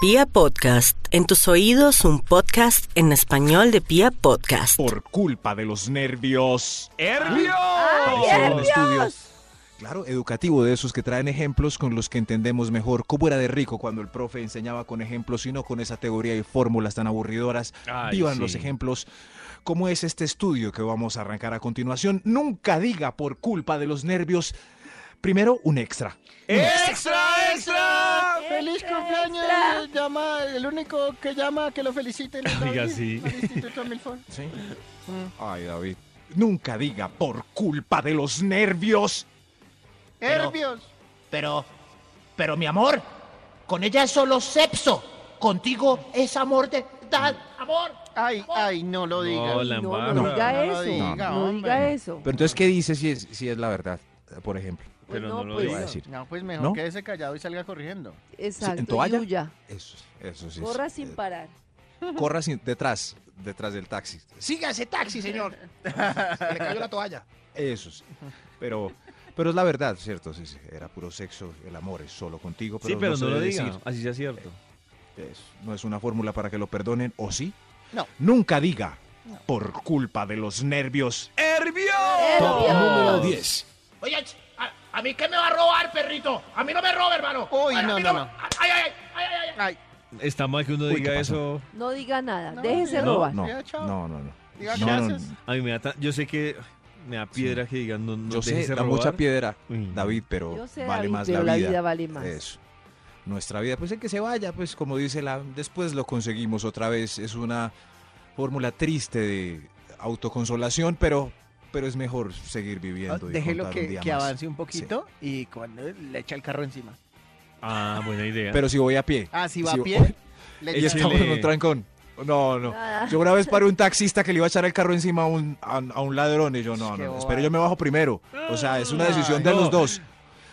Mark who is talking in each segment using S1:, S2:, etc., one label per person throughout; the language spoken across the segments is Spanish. S1: Pia Podcast, en tus oídos un podcast en español de Pia Podcast.
S2: Por culpa de los nervios. ¡Nervios!
S3: Hicieron un estudio,
S4: nervios!
S3: claro, educativo de esos que traen ejemplos con los que entendemos mejor cómo era de rico cuando el profe enseñaba con ejemplos y no con esa teoría y fórmulas tan aburridoras.
S2: Ay,
S3: Vivan
S2: sí.
S3: los ejemplos. ¿Cómo es este estudio que vamos a arrancar a continuación? Nunca diga por culpa de los nervios. Primero, un extra.
S2: ¡Extra, extra!
S4: ¡Feliz cumpleaños! Llama, el único que llama que lo feliciten. es
S2: Oiga,
S4: David,
S2: sí.
S4: al Instituto Milford.
S3: Sí. Ay, David. Nunca diga por culpa de los nervios.
S4: ¡Nervios!
S5: Pero, pero mi amor, con ella es solo sexo. Contigo es amor de verdad, amor.
S4: ¡Ay, ay, no lo digas!
S2: Hola,
S6: No,
S2: embarra.
S6: no
S3: No,
S6: diga
S4: no lo
S6: eso. No,
S4: diga,
S6: diga
S4: hombre.
S6: eso.
S3: Pero entonces, ¿qué dice si es, si es la verdad? Eh, Por ejemplo,
S6: Pues
S2: Pero no lo
S3: ¿qué
S2: Pues
S3: va a
S2: no.
S3: decir?
S4: No, pues mejor
S3: ¿No?
S4: quédese callado y salga corrigiendo.
S6: Exacto.
S3: ¿En toalla?
S6: y huya.
S3: Eso, eso sí. es,
S6: Corra
S3: eh,
S6: sin parar.
S3: Corra sin- detrás, detrás del taxi.
S5: Siga ese taxi, señor. Se le cayó la toalla.
S3: Eso sí. Pero, pero es la verdad, ¿cierto? Sí, sí, Era puro sexo, el amor es solo contigo. Pero
S2: Sí, pero
S3: se
S2: no, lo
S3: debe
S2: diga.
S3: decir.
S2: Así sea cierto.
S3: Es- no es una fórmula para que lo perdonen, ¿o sí?
S4: No.
S3: Nunca diga, por culpa de los nervios.
S6: Número
S3: 10.
S5: Oye, ch- a, a mí qué me va a robar, perrito. A mí no me roba, hermano.
S4: Uy,
S5: A
S4: no,
S5: mí
S4: no, no.
S5: me- Ay, ay, ay, ay, ay.
S4: ¡Ay!
S2: Está mal que uno
S3: Uy,
S2: diga
S3: ¿qué pasó?
S2: eso.
S6: No diga nada.
S4: No,
S6: Déjese
S4: no,
S6: robar.
S3: No,
S4: Ya, chao.
S3: no, no. no.
S4: Diga,
S3: No,
S4: ¿qué
S3: no,
S4: haces?
S2: A mí me da tan- Yo sé que me da piedra que digan no, no
S3: Yo sé,
S2: déjese
S3: da
S2: robar.
S3: mucha piedra,
S2: Uy.
S3: David, pero
S6: Yo sé,
S3: vale
S6: David,
S3: más
S6: pero
S3: la
S6: la
S3: vida.
S6: vida vale más.
S3: Eso. Nuestra vida, pues el que se vaya, pues como dice la, después lo conseguimos otra vez. Es una fórmula triste de autoconsolación, pero, pero es mejor seguir viviendo. y
S4: Ah, Déjelo
S3: contar un
S4: que,
S3: día
S4: que
S3: más.
S4: avance un poquito y cuando le echa el carro encima.
S2: Ah, buena idea.
S3: Pero si voy a pie.
S4: Ah, si va
S3: Sí,
S4: a pie,
S3: uy,
S4: le
S3: Y
S2: Ella
S4: echa-
S2: está-
S3: estamos en un trancón. No, no.
S6: Nada.
S3: Yo una vez paré un taxista que le iba a echar el carro encima a un, a, a un ladrón y yo, no,
S4: Qué
S3: no, no,
S4: boba. Ah.
S3: espero yo me bajo primero. O sea, es una decisión de
S2: No.
S3: los dos.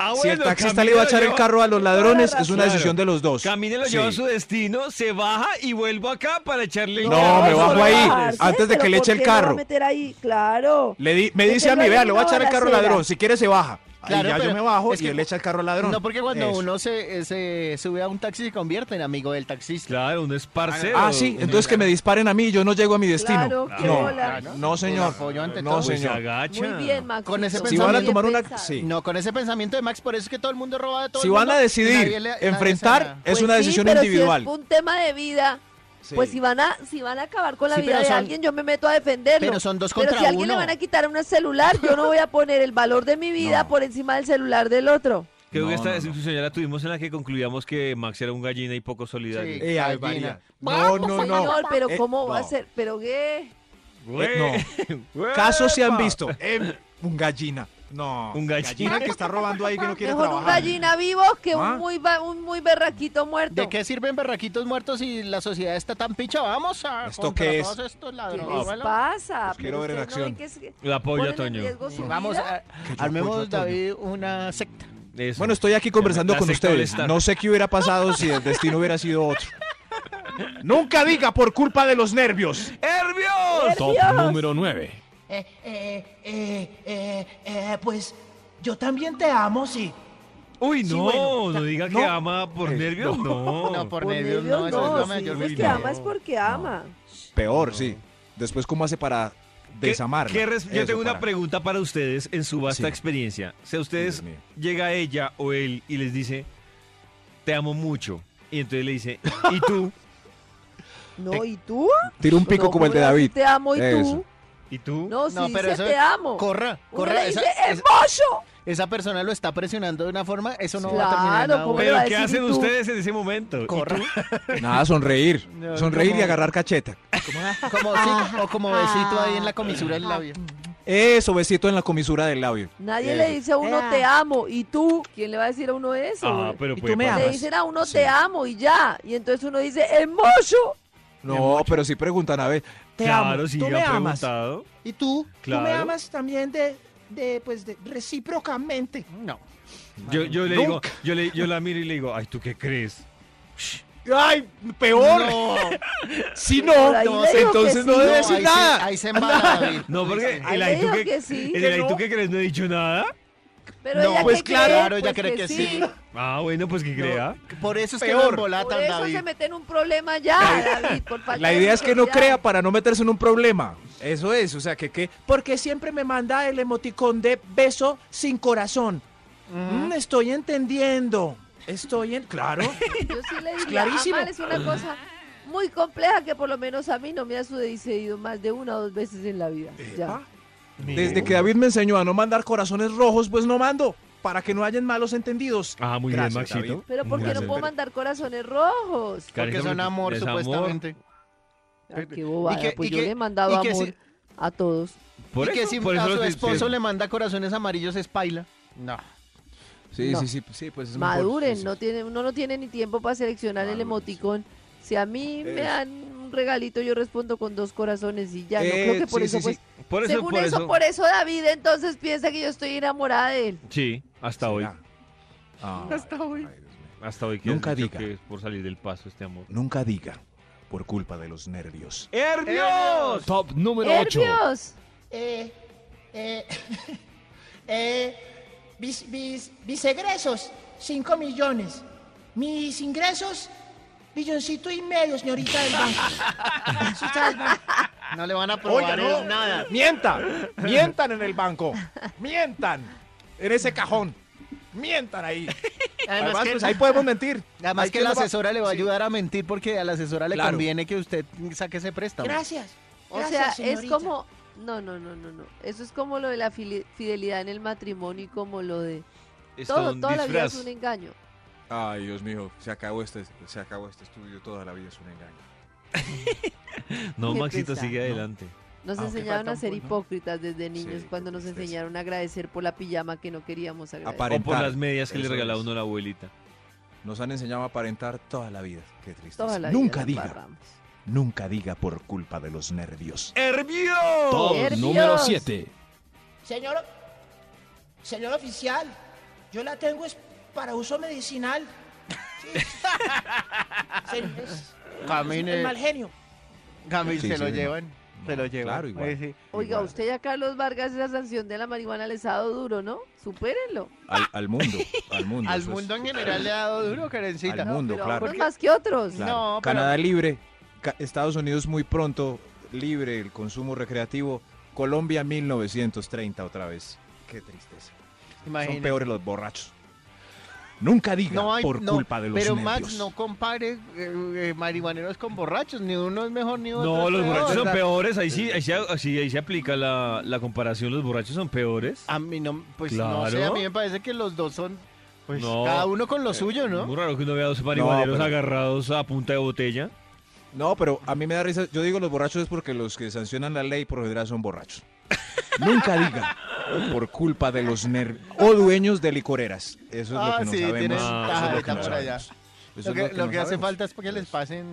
S2: Ah,
S3: si el
S2: bueno,
S3: taxista
S2: camine
S3: le iba a
S2: lo
S3: echar el
S2: lleva-
S3: carro a los ladrones, es una
S2: Claro.
S3: decisión de los dos.
S2: Camine lo
S3: Sí.
S2: lleva a su destino, se baja y vuelvo acá para echarle el
S3: No, me
S2: carro.
S3: bajo ahí, Ah.
S6: Robarse,
S3: antes de
S6: pero
S3: que le
S6: ¿por
S3: eche el
S6: qué lo va a
S3: carro.
S6: meter ahí? Claro.
S3: Le di- me dice
S6: Mételo
S3: a mí,
S6: ahí
S3: vea,
S6: en
S3: le voy a
S6: una
S3: echar el carro al
S6: balacera.
S3: ladrón, si quiere se baja. Ahí
S4: Claro,
S3: ya yo
S4: pero
S3: me bajo
S4: es
S3: y
S4: que-
S3: él le echa el carro al ladrón.
S4: No, porque cuando
S3: Eso.
S4: uno se, eh, se sube a un taxi se convierte en amigo del taxista.
S2: Claro, uno es parcero.
S3: Ah, sí,
S2: uno-
S3: entonces que me disparen a mí y yo no llego a mi destino.
S6: Claro, qué
S3: no,
S6: bola.
S3: no, señor.
S4: El apoyo ante
S3: No,
S4: todo.
S2: Pues se
S3: señor.
S2: agacha.
S6: Muy bien, Max.
S4: Con ese
S3: Si van a
S4: Pensamiento
S3: tomar una... Sí.
S4: No, con ese pensamiento de Max, por eso es que todo el mundo roba de todo
S3: Si
S4: el
S3: van
S4: mundo,
S3: a decidir
S4: nadie le- nadie
S3: enfrentar,
S4: hace nada.
S3: es una decisión individual.
S6: Pues Si es un tema de vida.
S3: Sí.
S6: Pues si van a si van a acabar con la
S4: Sí,
S6: vida
S4: pero
S6: de
S4: son-
S6: alguien, yo me meto a defenderlo.
S4: pero son dos
S6: Pero
S4: contra
S6: si a alguien
S4: uno.
S6: le van a quitar un celular, yo no voy a poner el valor de mi vida
S3: No.
S6: por encima del celular del otro.
S2: Creo que
S3: No,
S2: esta
S3: no, no.
S2: discusión ya la tuvimos en la que concluíamos que Max era un gallina y poco solidario.
S4: Sí.
S3: Eh, ay,
S4: Gallina.
S3: María. No,
S4: Vamos,
S3: no, no.
S6: Señor, pero
S3: Eh,
S6: ¿cómo va a
S3: no.
S6: ser? ¿Pero qué?
S3: Eh, no. Casos se han visto. Eh, un gallina. No.
S2: Un gallina.
S3: que está robando ahí que no quiere
S6: Mejor un
S3: trabajar.
S6: gallina vivo que
S3: ¿Ah?
S6: un, muy ba- un muy berraquito muerto.
S4: ¿De qué sirven barraquitos muertos si la sociedad está tan pincha? Vamos a
S3: ¿Esto
S4: contra
S3: qué es?
S4: todos estos
S6: ¿Qué les
S4: ladrones. ¿vale?
S6: pasa?
S3: Los Pues quiero
S6: Pero
S3: ver en
S6: ustedes no ven
S3: acción.
S6: que es-
S2: La apoyo,
S6: ponen en
S2: Toño.
S6: riesgo su
S4: Vamos
S6: vida.
S4: a
S3: Que yo apoyo a
S4: armemos
S3: Toño.
S4: David una secta.
S2: Eso.
S3: Bueno, estoy aquí conversando
S2: La
S3: con
S2: secta del
S3: ustedes.
S2: Star.
S3: No sé qué hubiera pasado si el destino hubiera sido otro. Nunca diga por culpa de los nervios.
S4: oh,
S2: ¡Nervios!
S6: Top ¡Nervios! número
S2: 9.
S5: Eh, eh, eh, eh, eh, pues yo también te amo, sí.
S2: Uy, no,
S5: Sí, bueno,
S2: no diga que
S3: no.
S2: ama por
S3: Eh,
S2: nervios, no.
S4: No, por
S6: Por
S4: nervios
S6: nervios
S4: no, eso es
S6: no, pues
S4: lo
S6: si
S4: mayor.
S6: dices
S2: Uy,
S6: que
S2: no.
S6: ama es porque ama.
S3: Peor, sí. Después, ¿cómo hace para
S2: ¿Qué-
S3: desamar?
S2: qué res- yo tengo una pregunta para ustedes en su vasta
S3: Sí.
S2: experiencia. Si a ustedes
S3: Dios mío.
S2: llega ella o él y les dice, te amo mucho, y entonces le dice, ¿y tú?
S4: Eh,
S6: No, ¿y tú?
S3: Tiro un pico
S6: No,
S3: como el de
S6: ¿cómo le
S3: David.
S6: haces? Te amo y
S3: Eso.
S6: tú.
S2: ¿Y tú?
S6: No, si
S4: No, pero
S6: oh, dice
S4: eso-
S6: te amo.
S4: Corra,
S6: Uno
S4: corra.
S6: le
S4: Esa,
S6: dice
S4: esa-
S6: ¡hermoso!
S4: esa persona lo está presionando de una forma, eso no
S6: Sí.
S4: va a terminar en
S6: Claro,
S4: nada
S6: ¿cómo
S4: bueno.
S2: Pero
S6: iba a
S2: ¿qué
S6: decir,
S2: hacen
S6: ¿y tú?
S2: ustedes en ese momento? ¿Y
S4: Corra.
S2: tú?
S3: Nada, sonreír.
S4: No,
S3: sonreír y
S4: como-
S3: agarrar cacheta.
S4: Como besito, o como besito ahí en la comisura del labio.
S3: Eso, besito en la comisura del labio.
S6: Nadie
S3: Eso.
S6: le dice a uno te
S4: Ah.
S6: amo y tú. ¿Quién le va a decir a uno eso?
S2: Ah,
S6: güey?
S2: pero
S3: ¿Y tú
S2: puede
S3: me
S2: pasar.
S6: Le
S3: amas?
S6: dicen a uno
S3: Sí.
S6: te amo y ya. Y entonces uno dice ¡hermoso!
S3: No, pero sí preguntan a ver. Te
S2: Claro,
S3: amo.
S2: si
S3: ¿Tú
S2: han
S3: me amas?
S2: preguntado.
S5: ¿Y tú?
S2: Claro.
S5: ¿Tú me amas también de, de, pues, de recíprocamente?
S4: No.
S2: Yo, yo le digo, yo, le, yo la miro y le digo, ay, ¿tú qué crees?
S3: Ay, peor.
S4: No.
S3: Si
S6: Por
S3: no,
S6: ahí
S3: no,
S6: le digo
S3: entonces
S6: que
S3: no
S6: sí.
S3: debe
S6: No,
S3: decir
S4: ahí se-
S3: nada.
S4: ahí se embala, David.
S2: No, porque
S6: Ahí
S2: el
S6: le
S2: ay, ¿tú
S6: digo
S2: qué,
S6: que sí.
S2: el
S3: Que
S2: ay,
S3: no.
S2: ¿tú qué crees? No he dicho nada.
S6: Pero
S4: No,
S6: ella
S4: pues
S6: que
S4: claro,
S6: cree,
S4: claro, ella
S6: pues
S4: cree que sí.
S2: Ah, bueno, pues que crea.
S4: Por eso es que
S3: Peor.
S4: lo
S6: Por
S4: embolatan,
S6: eso
S4: David.
S6: se mete en un problema ya, David, por falta
S3: La
S6: de
S3: idea es que no
S6: sinceridad.
S3: crea para no meterse en un problema. Eso es, o sea, que, que
S5: Porque siempre me manda el emoticón de beso sin corazón. Mm, estoy entendiendo. Estoy en. Claro.
S6: Yo sí le diría,
S5: clarísimo.
S6: Amal es una cosa muy compleja que por lo menos a mí no me ha sucedido más de una o dos veces en la vida. Ya.
S3: desde que David me enseñó a no mandar corazones rojos, pues no mando, para que no hayan malos entendidos.
S2: Ah, muy
S3: Gracias,
S2: bien, Maxito.
S3: David.
S6: Pero ¿por qué no
S2: Gracias.
S6: puedo mandar corazones rojos?
S2: Karen,
S4: Porque son
S2: porque
S4: amor,
S2: es
S4: supuestamente.
S6: Ah, qué bobada,
S4: que- Eh,
S6: pues
S4: y
S6: yo
S4: que-
S6: le he mandado
S4: y que
S6: amor
S4: si-
S6: a todos.
S2: Por
S4: y que
S2: eso,
S4: si
S2: por eso
S4: a
S2: lo
S4: su
S2: que-
S4: esposo le manda corazones amarillos es paila. No.
S3: Sí,
S6: No.
S3: sí, sí, sí, pues es mejor,
S6: Maduren,
S3: sí,
S6: no tiene, uno no tiene ni tiempo para seleccionar el
S3: Maduren,
S6: emoticón. Si a mí me
S3: Eso.
S6: dan un regalito, yo respondo con dos corazones y ya. no
S3: Eh,
S6: creo que por
S3: sí,
S6: eso,
S3: sí,
S6: pues,
S2: Por eso,
S6: según
S2: por
S6: eso,
S2: eso.
S6: por eso David entonces piensa que yo estoy enamorada de él.
S2: Sí, hasta hoy.
S3: Será. Ah,
S6: Hasta hoy.
S3: ay, Dios mío.
S2: Hasta hoy que
S3: Nunca
S2: has dicho
S3: diga.
S2: que es por salir del paso este amor.
S3: Nunca diga, por culpa de los nervios.
S2: ¡Herbios!
S7: Top número 8.
S6: ¡Nervios!
S5: Eh, eh, eh, mis, mis- mis egresos, 5 millones. Mis ingresos, billoncito y medio, señorita del banco. Señorita del banco.
S4: No le van a probar
S3: no.
S4: es nada.
S3: Mientan, mientan en el banco, mientan en ese cajón, mientan ahí.
S4: Además,
S3: Además,
S4: que,
S3: pues ahí podemos mentir.
S4: además
S3: Ahí
S4: que la
S3: podemos-
S4: asesora le va a
S3: Sí.
S4: ayudar a mentir porque a la asesora le
S3: Claro.
S4: conviene que usted saque ese préstamo.
S5: Gracias.
S6: O sea,
S5: gracias,
S6: es
S5: señorita.
S6: como... No, no, no, no, no. Eso es como lo de la fili- fidelidad en el matrimonio y como lo de...
S2: Es todo
S6: Todo,
S2: un
S6: toda la vida es
S2: disfraz.
S6: un engaño.
S3: Ay, Dios mío, se acabó este, se acabó este estudio, toda la vida es un engaño.
S2: No,
S6: Qué
S2: Maxito,
S6: pesar,
S2: sigue
S6: ¿no?
S2: adelante.
S6: Nos
S3: Ah, ok.
S6: enseñaron
S3: Falta
S6: a
S3: un
S6: ser
S3: punto.
S6: hipócritas desde niños
S3: Sí,
S6: cuando
S3: qué
S6: nos
S3: tristeza.
S6: enseñaron a agradecer por la pijama que no queríamos agradecer.
S2: O por
S3: Aparentar,
S2: las medias que le
S3: eso
S2: regalaba
S3: es.
S2: uno a la abuelita.
S3: Nos han enseñado a aparentar toda la vida. Qué triste.
S6: Toda la vida
S3: Nunca
S6: nos
S3: diga,
S6: embarramos.
S3: nunca diga por culpa de los nervios.
S2: ¡Herbios!
S7: Top
S6: Nervios.
S7: número 7.
S5: Señor, señor oficial, yo la tengo es para uso medicinal. Sí. Se- es- es mal
S4: Camine,
S5: genio.
S4: Camil,
S3: Sí,
S4: se
S3: sí,
S4: lo
S3: no.
S4: llevan. Se
S3: No,
S4: lo llevan.
S3: claro, igual.
S4: Oye, sí.
S6: Oiga,
S3: Igual.
S6: usted y a Carlos Vargas esa sanción de la marihuana les ha dado duro, ¿no? Supérenlo.
S3: Al, al mundo, al mundo.
S4: Al
S2: pues.
S3: eso es-
S4: mundo en general le ha dado duro, Karencita.
S3: Al mundo,
S6: pero a
S3: claro.
S6: unos más que otros.
S3: Claro.
S4: No, pero-
S3: Canadá libre, Ca- Estados Unidos muy pronto libre el consumo recreativo, Colombia 1930 otra vez. Qué tristeza. Son
S4: Imagínese.
S3: peores los borrachos. Nunca diga
S4: No hay,
S3: por
S4: no,
S3: culpa de los
S4: Pero
S3: nervios.
S4: Max, no compare eh, eh, marihuaneros con borrachos. Ni uno es mejor ni otro.
S2: No,
S4: es
S2: los
S4: peor,
S2: borrachos
S4: o
S2: son
S4: sea,
S2: peores. Ahí sí, ahí sí, ahí sí- ahí sí aplica la, la comparación. Los borrachos son peores.
S4: A mí no, pues no sé,
S2: Claro.
S4: a mí me parece que los dos son, pues
S2: No.
S4: cada uno con lo suyo,
S2: Muy
S4: ¿no?
S2: raro que uno vea dos marihuaneros
S3: pero-
S2: agarrados a punta de botella.
S3: No, pero a mí me da risa. Yo digo los borrachos es porque los que sancionan la ley por lo general son borrachos. Nunca diga por culpa de los nervios o dueños de licoreras. Eso es lo
S4: Ah,
S3: que no
S4: sí,
S3: sabemos.
S4: tienes
S3: Eso
S2: Ah,
S3: es lo
S4: tajadita
S3: que no
S4: por allá.
S3: sabemos. Eso
S4: Lo que, lo
S3: no
S4: que hace
S3: sabemos.
S4: falta es que les pasen,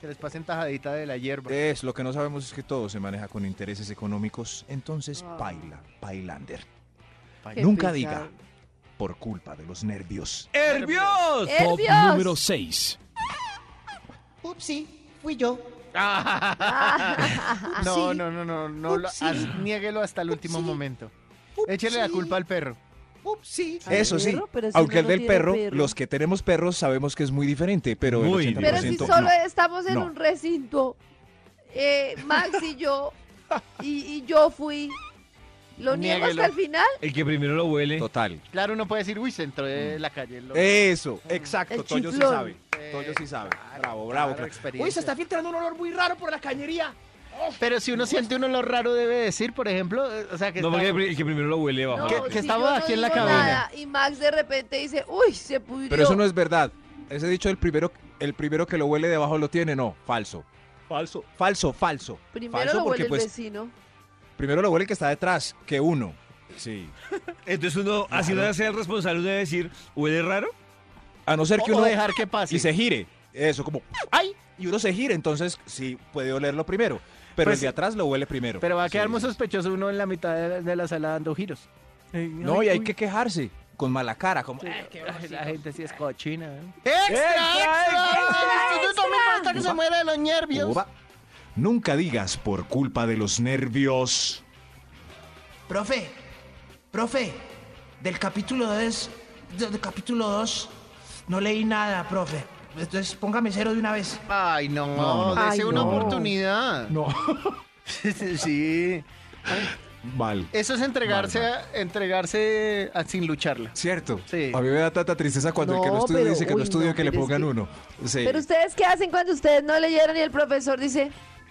S4: que les pasen tajadita de la hierba.
S3: Es, lo que no sabemos es que todo se maneja con intereses económicos. Entonces,
S6: Ah.
S3: paila, pailander.
S6: Qué
S3: Nunca
S6: pesar.
S3: diga por culpa de los nervios.
S2: ¡Herbios!
S6: ¿Eh?
S7: Top
S6: ¡Nervios!
S7: número 6.
S5: Upsi, fui yo.
S4: No,
S6: Ah.
S3: ¿ah,
S5: sí.
S4: no, no, no, no, lo-
S5: Upsi.
S4: haz- niéguelo hasta el último
S5: Upsi.
S4: momento.
S5: Upsi.
S4: Échele la culpa al Ah, perro.
S5: Upsi.
S6: Al
S3: Eso sí,
S6: perro, pero si
S3: aunque
S6: uno
S3: el
S6: no
S3: del
S6: tiene
S3: perro, los que tenemos perros sabemos que es muy diferente, pero
S2: Muy
S3: el 80%
S6: Pero si
S2: siento,
S6: solo
S3: no.
S6: estamos en
S3: no.
S6: un recinto, eh, Max y yo, y, y yo fui, ¿lo niego
S4: Niéguelo.
S6: hasta el final?
S2: El que primero lo huele.
S3: Total.
S4: Claro, uno puede decir, uy, se entró de la calle. lo-
S3: Eh, Eso, exacto.
S6: Mm. El
S3: Toyo sí
S6: chiflón.
S3: sabe. Toyo sí sabe. Bravo,
S4: claro,
S3: bravo. claro.
S4: experiencia.
S5: Uy, se está filtrando un olor muy raro por la cañería.
S4: Pero si uno siente uno lo raro debe decir, por ejemplo, eh, o sea, que
S2: No, porque
S4: está-
S2: el pri- el que primero lo huele bajo.
S6: No,
S4: Que-
S2: la
S4: que
S6: si
S2: piel.
S4: estamos
S6: yo no
S4: aquí en la
S6: digo
S4: cabina.
S6: nada y Max de repente dice, uy, se pudrió.
S3: Pero eso no es verdad. Ese dicho, el primero, el primero que lo huele debajo lo tiene, no. Falso. Falso. Falso, falso.
S6: Primero
S3: falso
S6: lo
S3: porque
S6: huele
S3: pues
S6: el vecino.
S3: primero lo huele el que está detrás que uno. Sí.
S2: Entonces uno, así no sea el responsable, uno debe decir, ¿huele raro?
S3: A no ser que
S4: o- o
S3: uno
S4: dejar que pase.
S3: y se gire. Eso, como, ¡ay! Y uno se gire, entonces sí puede olerlo primero. Pero
S4: Pues-
S3: el de atrás lo huele primero.
S4: Pero va a quedar
S3: Sí,
S4: muy
S3: sí.
S4: sospechoso uno en la mitad de la, de la sala dando giros.
S3: No, y hay que quejarse con mala cara, como, "Ay, qué
S4: La gente sí es cochina. ¿eh?
S3: que se Uva.
S4: muera de los nervios.
S3: boba". Nunca digas por culpa de los nervios.
S5: Profe, profe, Del capítulo 2, del capítulo 2, no leí nada, profe. Entonces póngame cero de una vez.
S4: Ay, no,
S6: Ay,
S4: dese una
S6: no.
S4: oportunidad.
S3: No.
S4: sí.
S3: Mal.
S4: Eso es entregarse, a, entregarse a- sin lucharla.
S3: Cierto.
S4: Sí.
S3: A mí me da tanta tristeza cuando el que no
S6: No,
S3: estudia
S6: pero-
S3: dice que no
S6: uy,
S3: estudio
S6: no,
S3: que le
S6: pero es
S3: pongan
S6: que-
S3: uno. Sí.
S6: Pero ustedes, ¿qué hacen cuando ustedes no leyeron y el profesor dice,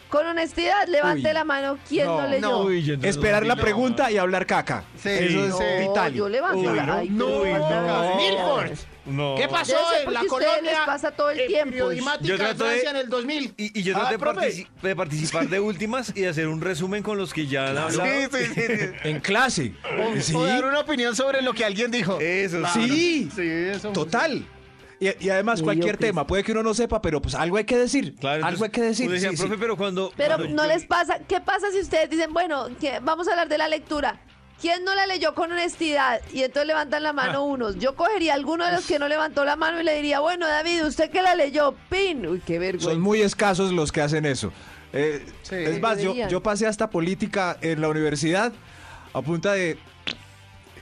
S6: con honestidad, levante
S3: Uy.
S6: la mano, ¿quién no,
S3: No,
S6: leyó?
S4: no,
S2: Uy, yo entonces
S3: Esperar
S2: no
S3: la
S2: digo
S3: pregunta y hablar caca.
S4: Sí.
S3: Eso es
S4: No,
S3: eh, vital.
S6: yo levanto
S4: Uy,
S6: la
S4: no,
S6: ay,
S4: no,
S6: qué
S4: uy,
S6: vergüenza.
S5: Milford,
S2: No.
S5: ¿qué pasó
S6: Debe ser
S5: en
S6: porque
S5: la
S6: a ustedes
S5: colonia?
S6: les pasa todo el
S5: eh,
S6: tiempo.
S5: Periodímática
S2: Pues, Yo
S5: de
S2: trato de-
S5: Francia en el 2000.
S2: Y, y yo
S5: Ah,
S2: traté de,
S5: profe.
S2: partici- de participar de últimas y de hacer un resumen con los que ya han hablado.
S3: En clase.
S4: O,
S3: Sí.
S4: o dar una opinión sobre lo que alguien dijo.
S2: Eso
S3: Sí.
S4: Sí, eso.
S3: Total. Y, y además
S6: Uy,
S3: cualquier
S6: yo qué
S3: tema, puede que uno no sepa, pero pues algo hay que decir.
S2: Claro,
S3: algo
S2: entonces,
S3: hay que decir.
S2: uno decía,
S3: Sí, sí.
S2: profe, pero cuando.
S6: Pero
S2: cuando
S6: no
S2: yo-
S6: les pasa, ¿qué pasa si ustedes dicen, bueno, que vamos a hablar de la lectura? ¿Quién no la leyó con honestidad? Y entonces levantan la
S4: Ah.
S6: mano unos. Yo cogería a alguno de los que no levantó la mano y le diría, bueno, David, ¿usted que la leyó? Pin. Uy, qué vergüenza.
S3: Son muy escasos los que hacen eso. Eh,
S4: Sí.
S3: es más, yo,
S6: Deberían.
S3: yo pasé hasta política en la universidad a punta de...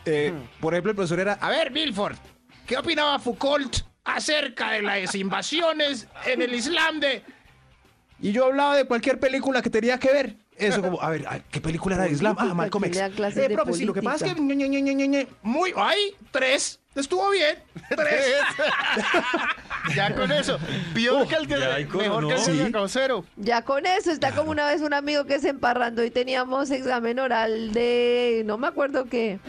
S3: eh, Por ejemplo, el profesor era...
S5: A ver, Milford, ¿qué opinaba Foucault acerca de las invasiones en el Islam de...
S3: Y yo hablaba de cualquier película que tenía que ver. Eso como, a ver, ay, ¿qué película era de Islam? Ah,
S6: Política,
S3: Malcolm
S6: que
S3: X.
S6: le dan clases
S3: Eh,
S6: de
S3: profe, sí, lo que pasa es que... ñe, ñe, ñe, ñe, ñe, ñe.
S5: Muy... ¡Ay! Tres. Estuvo bien. Tres.
S4: Ya con eso. Peor que el que
S2: ya hay coro,
S4: mejor que el
S2: ¿no?
S4: que
S3: Sí.
S4: sacó cero.
S6: Ya con eso, está como una vez un amigo que se emparrando y teníamos examen oral de no me acuerdo qué.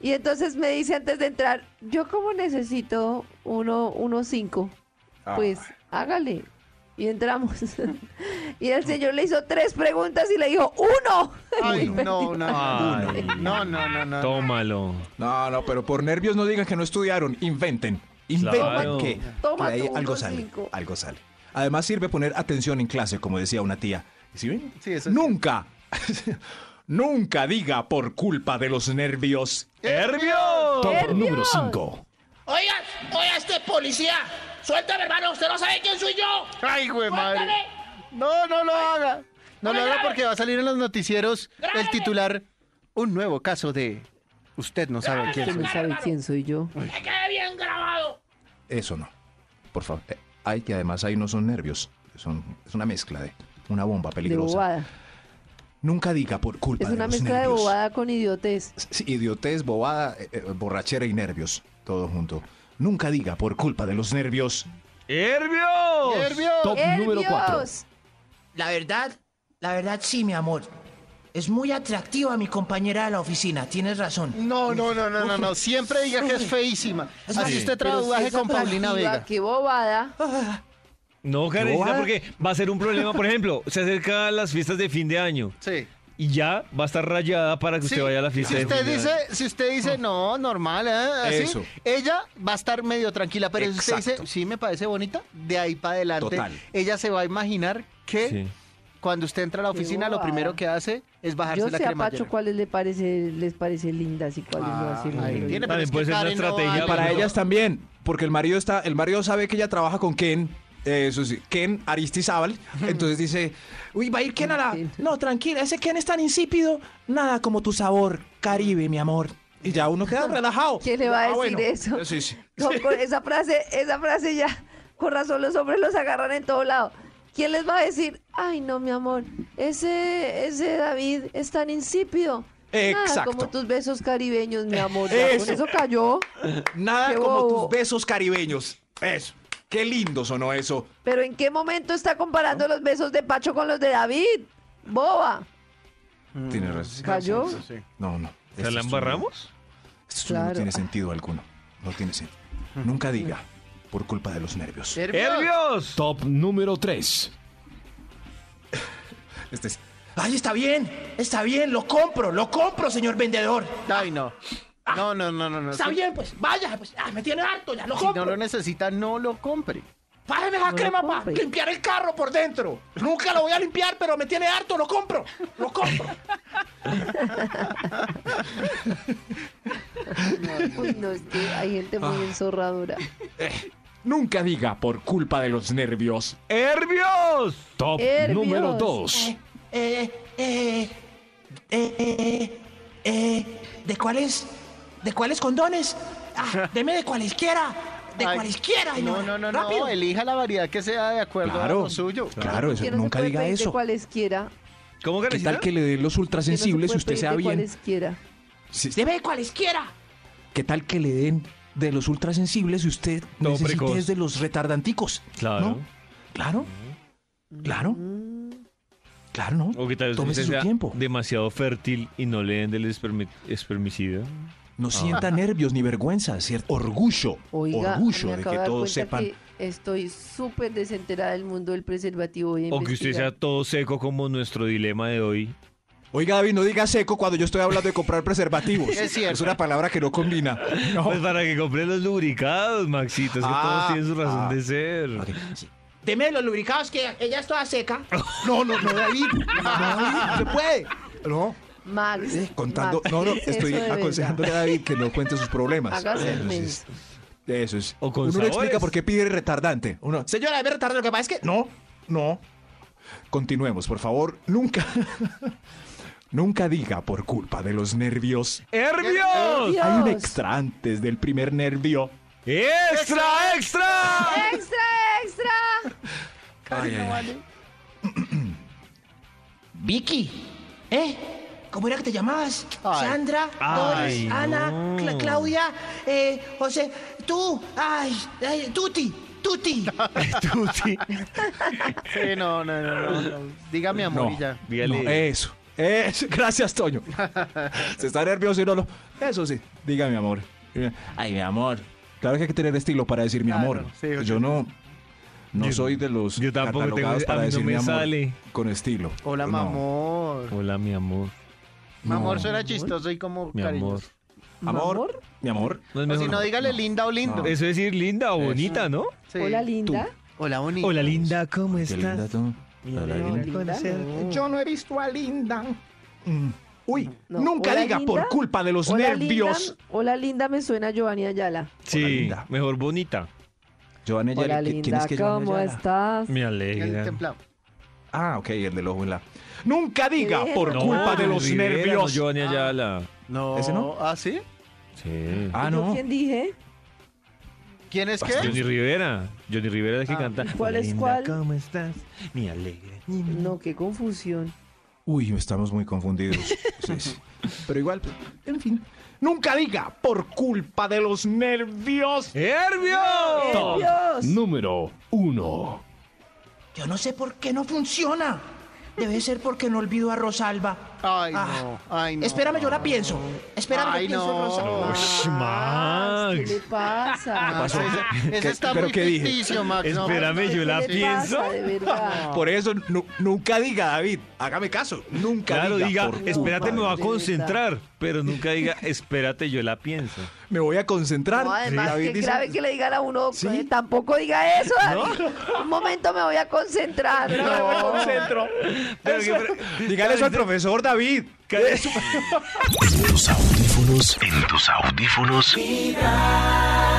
S6: Y entonces me dice antes de entrar, yo como necesito uno, uno cinco.
S3: Ah,
S6: Pues hágale. Y entramos. y el señor le hizo tres preguntas y le dijo, ¡uno!
S4: Ay, no, no, no.
S2: Ay.
S4: No, no, no, no.
S2: Tómalo.
S3: No, no, pero por nervios no digan que no estudiaron, inventen. Inventen
S2: Claro.
S3: que,
S6: Toma
S3: que de ahí
S6: tu
S3: algo
S6: uno
S3: sale,
S6: cinco.
S3: algo sale. Además sirve poner atención en clase, como decía una tía. ¿Sí ven?
S4: Sí, eso es
S3: nunca, nunca diga por culpa de los nervios.
S2: ¡Nervio!
S7: Top
S6: ¡Nervios!
S7: número 5.
S5: Oiga, oiga, este policía. Suéltame, hermano. Usted no sabe quién soy yo.
S4: Ay, güey, madre.
S5: Suéltame.
S4: No, no lo haga. No lo
S5: Ay,
S4: haga
S5: grave.
S4: porque va a salir en los noticieros el
S5: Grave.
S4: titular. Un nuevo caso de. Usted no sabe quién
S6: Usted
S4: soy.
S6: no sabe quién soy yo.
S5: Que quede bien grabado.
S3: Eso no, por favor. Eh, Hay que además ahí no son nervios, son, es una mezcla de una bomba
S6: De
S3: peligrosa.
S6: bobada.
S3: Nunca diga por culpa
S6: Es una
S3: de los
S6: mezcla de
S3: nervios.
S6: bobada con idiotez.
S3: Sí, idiotez, bobada, eh, eh, borrachera y nervios, todo junto. Nunca diga por culpa de los nervios.
S2: ¡Nervios!
S4: ¡Nervio!
S7: Top número 4.
S6: ¡Nervios!
S5: La verdad, la verdad sí, mi amor. Es muy atractiva mi compañera de la oficina, tienes razón.
S4: No, no, no, no, no, no. Siempre diga que es feísima.
S5: Es
S4: Así
S5: más,
S4: usted
S6: Pero si
S4: tradudaje
S6: es
S4: con Paulina
S6: atractiva,
S4: Vega.
S6: ¡Qué bobada!
S2: No, Karencita,
S3: bobada.
S2: porque va a ser un problema. Por ejemplo, se acerca a las fiestas de fin de año
S4: Sí.
S2: y ya va a estar rayada para que usted
S4: Sí,
S2: vaya a la fiesta
S4: si
S2: de Ah.
S4: usted
S2: fin de
S4: dice,
S2: año.
S4: si usted dice no, normal, ¿eh? así,
S3: Eso.
S4: ella va a estar medio tranquila, pero si usted dice
S3: Exacto.
S4: sí me parece bonita, de ahí para adelante,
S3: Total.
S4: ella se va a imaginar que
S2: Sí.
S4: cuando usted entra a la
S6: Qué
S4: oficina lo
S6: bobada.
S4: primero que hace es bajarse
S6: Yo
S4: la
S6: sé a
S4: cremallera.
S6: Pacho cuáles le parece, les parece lindas y cuáles no
S4: Ah,
S6: así. no
S4: ahí
S6: lo
S4: tiene,
S6: digo.
S4: pero
S2: También
S4: es que
S2: puede ser una
S4: Karen no va
S2: estrategia
S4: a-
S3: Para
S2: Claro.
S3: ellas también, porque el marido está, el marido sabe que ella trabaja con Ken, eh, eso sí, Ken Aristizábal, entonces dice, uy, va a ir Ken a la... No, tranquila, ese Ken es tan insípido, nada como tu sabor, Caribe, mi amor. Y ya uno queda relajado.
S6: ¿Quién le va a
S3: Ah,
S6: decir eso?
S3: Sí, sí.
S6: No, con esa frase, esa frase ya, con razón los hombres los agarran en todo lado. ¿Quién les va a decir, ay no, mi amor, ese, ese David es tan insípido? Nada
S3: Exacto.
S6: como tus besos caribeños, mi amor. Ya, con
S3: Eso.
S6: eso cayó.
S3: Nada
S6: Qué
S3: como
S6: bobo.
S3: tus besos caribeños. Eso. Qué lindo sonó eso.
S6: Pero ¿en qué momento está comparando los besos de Pacho con los de David? Boba.
S3: Tiene razón.
S6: Mm. Cayó.
S3: No, no.
S2: ¿Se la embarramos?
S3: Esto
S6: Claro.
S3: no tiene sentido alguno. No tiene sentido. Nunca diga por culpa de los nervios.
S2: ¡Nervios!
S7: Top número 3.
S3: Este es-
S5: Ay, está bien, está bien, lo compro, lo compro, señor vendedor.
S4: Ay, no. No, no, no, no, no.
S5: Está
S4: Si-
S5: bien, pues, vaya, pues, ah, me tiene harto, ya lo
S4: Si no
S5: compro.
S4: lo necesita, no lo compre.
S5: Págame esa
S6: No lo
S5: crema para
S6: compre.
S5: limpiar el carro por dentro. Nunca lo voy a limpiar, pero me tiene harto, lo compro, lo compro.
S6: Uy, no, es que hay gente muy
S3: Ah.
S6: enzorradora.
S3: Nunca diga por culpa de los nervios.
S2: ¡Nervios!
S7: Top
S6: Nervios.
S7: número 2.
S5: Eh, eh, eh, eh, eh, ¿de cuál es? ¿De cuáles condones? Ah, deme de cualesquiera. De
S4: Ay,
S5: cualesquiera.
S4: No,
S5: señora.
S4: no, no,
S5: Rápido.
S4: no. Elija la variedad que sea de acuerdo a lo suyo.
S3: Claro, eso,
S6: Que no se
S3: Pues nunca
S6: puede
S3: diga
S6: pedir de
S3: eso.
S6: Cualesquiera.
S2: ¿Cómo,
S3: ¿Qué
S2: Karencita?
S3: tal que le den los
S6: que no se
S3: ultrasensibles si
S6: puede
S3: usted
S6: pedir
S3: sea
S6: de
S3: bien?
S6: Cualesquiera.
S3: Sí,
S5: Deme de cualesquiera.
S3: ¿Qué tal que le den de los ultrasensibles si usted
S2: Todo
S3: necesita
S2: precoz.
S3: es de los retardanticos?
S2: Claro.
S3: ¿no? Claro. Claro.
S6: Mm.
S3: Claro, ¿no?
S2: O que tal vez
S3: Tómese
S2: usted
S3: su
S2: sea
S3: tiempo.
S2: demasiado fértil y no le den del espermi- espermicida.
S3: No sienta nervios ni vergüenza, ¿cierto? Orgullo.
S6: Oiga,
S3: orgullo
S6: me
S3: de
S6: acabo
S3: que
S6: dar
S3: todos
S6: cuenta
S3: sepan.
S6: que estoy súper desenterada del mundo del preservativo. Voy a
S2: O que usted sea
S6: investigar.
S2: todo seco como nuestro dilema de hoy.
S3: Oiga, David, no diga seco cuando yo estoy hablando de comprar preservativos.
S4: Es cierto.
S3: una palabra que no combina. No.
S2: Pues para que compre los lubricados, Maxito. Es que
S3: Ah,
S2: todos tienen su razón
S3: ah.
S2: de ser.
S3: Ok.
S5: Deme los lubricados que ella es toda seca.
S3: No, no, no, David. No, David, no se puede. No.
S6: Max.
S3: eh, contando.
S6: Max,
S3: No, no,
S6: ¿qué es eso
S3: estoy
S6: de verdad?
S3: aconsejándole a David que no cuente sus problemas.
S6: Hágase el
S3: Eso es-
S6: menso.
S3: Eso es.
S2: O con
S3: Uno no explica
S2: sabores.
S3: por qué pide retardante. Uno, señora, debe retardante. Lo que pasa es que. No, no. Continuemos, por favor. Nunca. Nunca diga por culpa de los nervios.
S2: ¡Herbios!
S3: Hay un
S6: Dios.
S3: extra antes del primer nervio.
S2: ¡Extra, extra!
S6: ¡Extra, extra!
S3: Ay, ay, ay.
S5: Vicky. ¿Eh? ¿Cómo era que te llamabas?
S4: Ay.
S5: Sandra,
S2: Ay,
S5: Doris, Ana,
S2: no.
S5: Cla- Claudia, eh, José, tú, ay, ay, Tuti, Tuti.
S2: Tuti.
S4: Sí, no, no, no, no, no. Dígame, amor, y ya.
S2: Dígale.
S3: No, eso. Eso. Gracias, Toño. Se está nervioso y no lo. Eso sí. Diga, mi amor. Ay, mi amor. Claro que hay que tener estilo para decir mi
S4: Claro,
S3: amor.
S4: sí,
S3: yo no. No
S2: Yo-
S3: soy de los
S2: yo tampoco tengo-
S3: catalogados
S2: a
S3: para
S2: mí no
S3: decir
S2: me
S3: mi amor
S2: sale.
S3: con estilo.
S4: Hola,
S3: No.
S4: mamor.
S2: Hola, mi amor.
S4: Mamor suena chistoso y como
S2: Mi amor.
S4: cariñoso.
S3: Amor, mi amor.
S2: No es
S4: O si
S2: mejor.
S4: no, dígale linda o lindo.
S3: No.
S2: Eso es decir linda o
S3: Eso.
S2: bonita, ¿no?
S4: Sí.
S6: Hola, linda.
S4: Hola, bonita.
S2: Hola, linda, ¿cómo
S3: Qué linda
S2: estás?
S3: tú.
S2: Mira,
S3: Hola,
S6: No,
S2: mira,
S3: linda.
S6: linda,
S2: conocer-
S6: no.
S3: no he visto a Linda. Mm. Uy,
S6: No.
S3: nunca
S6: Hola,
S3: diga
S6: linda.
S3: por culpa de los
S6: Hola,
S3: nervios.
S6: Linda, hola, linda, me suena Giovanni Ayala.
S2: Sí,
S3: Hola, linda.
S2: mejor bonita.
S3: Giovanna
S6: Hola,
S3: Ayala, ¿qui- ¿quién
S6: linda,
S3: es que Giovanna
S6: ¿cómo
S3: Ayala?
S6: estás?
S2: Me
S4: El
S2: alegra.
S4: templado.
S3: Ah, ok, el del ojo en la. Nunca diga
S6: Bien.
S3: por
S6: No,
S3: culpa de los
S2: Rivera, No,
S3: nervios. Ah.
S2: Giovanni Ayala.
S4: No.
S3: ¿Ese no?
S4: ¿Ah, sí?
S2: Sí.
S3: Ah,
S6: ¿Yo
S3: no.
S6: quién dije?
S4: ¿Quién es qué?
S2: Johnny Rivera. Johnny Rivera es el que
S4: Ah,
S2: canta.
S6: ¿y cuál
S2: Hola,
S6: es
S2: linda,
S6: cuál?
S2: ¿Cómo estás? Me alegra.
S6: No, qué confusión.
S3: Uy, estamos muy confundidos. Sí, sí. Pero igual, pues, en fin. Nunca diga por culpa de los nervios.
S2: ¡Nervios!
S6: ¡Nervios!
S7: Número uno.
S5: Yo no sé por qué no funciona. Debe ser porque no olvido a Rosalba.
S4: Ay,
S5: Ah,
S4: no. Ay, no.
S5: Espérame, yo la pienso. Espérame,
S4: Ay,
S5: yo pienso en
S4: no.
S5: Rosalba.
S2: Ush,
S6: Max, Ah, ¿Qué
S2: Max.
S6: le pasa?
S3: pasó?
S4: Ese, ese
S3: ¿Qué-
S4: Ah, está
S3: pero
S4: muy
S3: qué dije?
S4: ficticio, Max. no.
S2: Espérame, yo
S6: ¿Qué
S2: la
S6: le
S2: pienso.
S6: pasa, de verdad?
S3: Por eso nu- nunca diga, David. Hágame caso. Nunca
S2: Claro, diga,
S3: por culpa
S2: espérate, me
S3: de-
S2: voy a
S6: de verdad.
S2: concentrar. Pero nunca diga, espérate, yo la pienso.
S3: Me voy a concentrar.
S6: No, además,
S3: David
S6: qué
S3: dice-
S6: grave que le digan a uno,
S3: Sí.
S6: eh, tampoco diga eso, David. Un momento me voy a concentrar. No.
S2: Pero que-
S3: Dígale eso al profesor David.
S7: Tus audífonos. En tus audífonos.